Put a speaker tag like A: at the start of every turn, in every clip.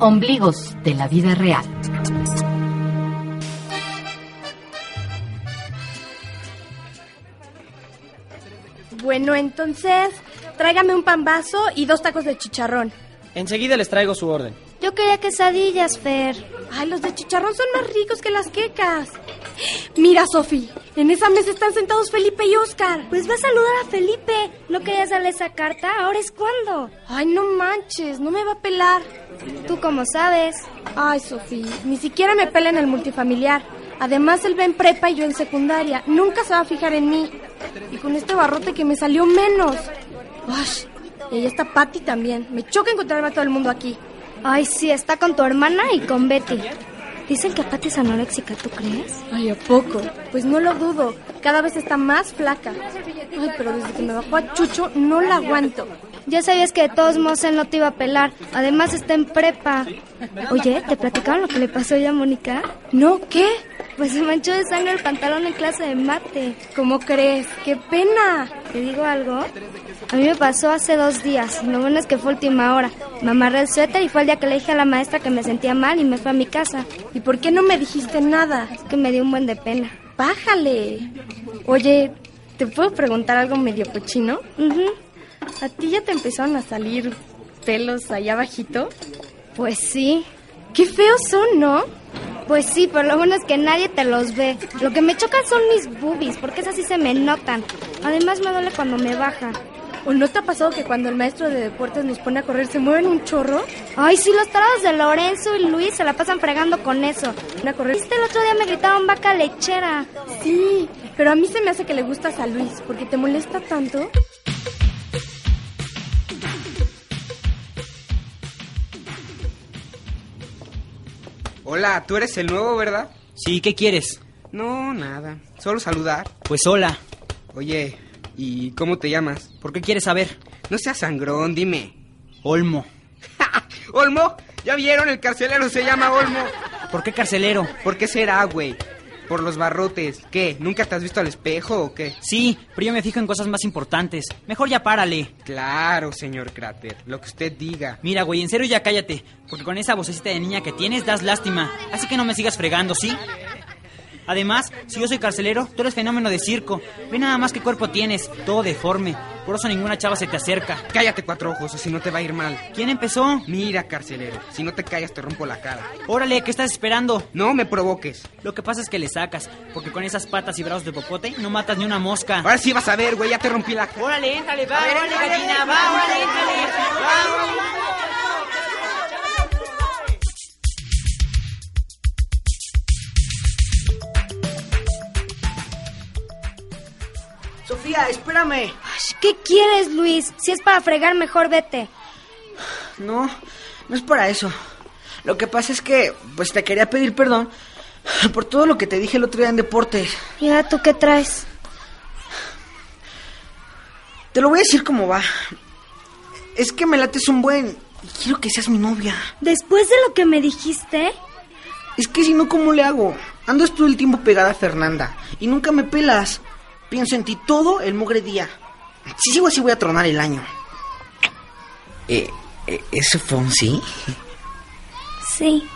A: Ombligos de la vida real.
B: Bueno, entonces, tráigame un pambazo y dos tacos de chicharrón.
C: Enseguida les traigo su orden.
D: Yo quería quesadillas, Fer.
B: Ay, los de chicharrón son más ricos que las quecas. Mira, Sofi, en esa mesa están sentados Felipe y Oscar.
D: Pues va a saludar a Felipe. ¿No querías darle esa carta? ¿Ahora es cuándo?
B: Ay, no manches, no me va a pelar.
D: ¿Tú cómo sabes?
B: Ay, Sofi, ni siquiera me pela en el multifamiliar. Además, él va en prepa y yo en secundaria. Nunca se va a fijar en mí. Y con este barrote que me salió menos. Ay, y ahí está Patty también. Me choca encontrarme a todo el mundo aquí.
D: Ay, sí, está con tu hermana y con Betty. Dicen que Patty es anoréxica, ¿tú crees?
B: Ay, ¿a poco? Pues no lo dudo. Cada vez está más flaca. Ay, pero desde que me bajó a Chucho no la aguanto.
D: Ya sabías que de todos modos él no te iba a pelar. Además está en prepa. Oye, ¿te platicaron lo que le pasó hoy a Mónica?
B: No, ¿qué?
D: Pues se manchó de sangre el pantalón en clase de mate.
B: ¿Cómo crees? ¡Qué pena!
D: ¿Te digo algo? A mí me pasó hace dos días. Lo bueno es que fue última hora. Me amarré el suéter y fue el día que le dije a la maestra que me sentía mal y me fue a mi casa.
B: ¿Y por qué no me dijiste nada?
D: Es que me dio un buen de pena.
B: ¡Bájale! Oye, ¿te puedo preguntar algo medio cochino?
D: Uh -huh.
B: ¿A ti ya te empezaron a salir pelos allá abajito?
D: Pues sí.
B: ¡Qué feos son, ¿no?
D: Pues sí, pero lo bueno es que nadie te los ve. Lo que me chocan son mis boobies, porque esas sí se me notan. Además me duele cuando me baja.
B: ¿O no te ha pasado que cuando el maestro de deportes nos pone a correr se mueven un chorro?
D: Ay, sí, los tarados de Lorenzo y Luis se la pasan fregando con eso.
B: ¿Una correr?
D: ¿Viste el otro día me gritaban vaca lechera?
B: Sí, pero a mí se me hace que le gustas a Luis, porque te molesta tanto.
E: Hola, tú eres el nuevo, ¿verdad?
C: Sí, ¿qué quieres?
E: No, nada. Solo saludar.
C: Pues hola.
E: Oye, ¿y cómo te llamas?
C: ¿Por qué quieres saber?
E: No seas sangrón, dime.
C: Olmo.
E: ¿Olmo? ¿Ya vieron? El carcelero se llama Olmo.
C: ¿Por qué carcelero?
E: ¿Por qué será, güey? Por los barrotes. ¿Qué? ¿Nunca te has visto al espejo o qué?
C: Sí, pero yo me fijo en cosas más importantes. Mejor ya párale.
E: Claro, señor Cráter, lo que usted diga.
C: Mira, güey, en serio ya cállate, porque con esa vocecita de niña que tienes das lástima. Así que no me sigas fregando, ¿sí? Además, si yo soy carcelero, tú eres fenómeno de circo. Ve nada más qué cuerpo tienes, todo deforme. Por eso ninguna chava se te acerca.
E: Cállate cuatro ojos, o si no te va a ir mal.
C: ¿Quién empezó?
E: Mira, carcelero, si no te callas te rompo la cara.
C: Órale, ¿qué estás esperando?
E: No me provoques.
C: Lo que pasa es que le sacas, porque con esas patas y brazos de popote no matas ni una mosca.
E: Ahora sí vas a ver, güey, ya te rompí la...
C: Órale, éntale, va, órale, gallina, va, órale, éntale, va.
F: Sofía, espérame.
D: ¿Qué quieres, Luis? Si es para fregar, mejor vete.
F: No, no es para eso. Lo que pasa es que, pues te quería pedir perdón por todo lo que te dije el otro día en deportes.
D: Ya, ¿tú qué traes?
F: Te lo voy a decir como va. Es que me lates un buen y quiero que seas mi novia.
D: Después de lo que me dijiste.
F: Es que si no, ¿cómo le hago? Andas todo el tiempo pegada a Fernanda y nunca me pelas. Pienso en ti todo el mugre día. Si sigo así voy a tronar el año.
G: Eh, eh, ¿Eso fue un sí?
D: Sí.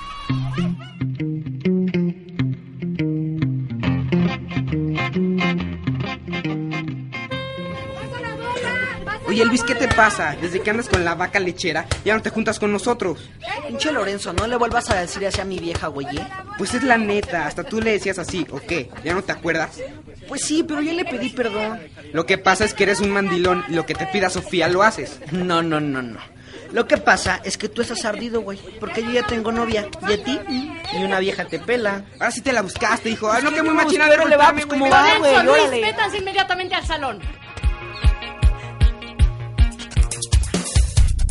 E: Oye Luis, ¿qué te pasa? Desde que andas con la vaca lechera, ya no te juntas con nosotros.
F: Pinche Lorenzo, no le vuelvas a decir así a mi vieja, güey. ¿eh?
E: Pues es la neta, hasta tú le decías así, ¿o qué? ¿Ya no te acuerdas?
F: Pues sí, pero yo le pedí perdón.
E: Lo que pasa es que eres un mandilón y lo que te pida Sofía lo haces.
F: No, no, no, no. Lo que pasa es que tú estás ardido, güey. Porque yo ya tengo novia. ¿Y a ti? Y una vieja te pela.
E: Ahora sí te la buscaste, hijo. Ay, no, que muy machinadero le va, pues
H: como va, güey. Luis, métanse inmediatamente al salón.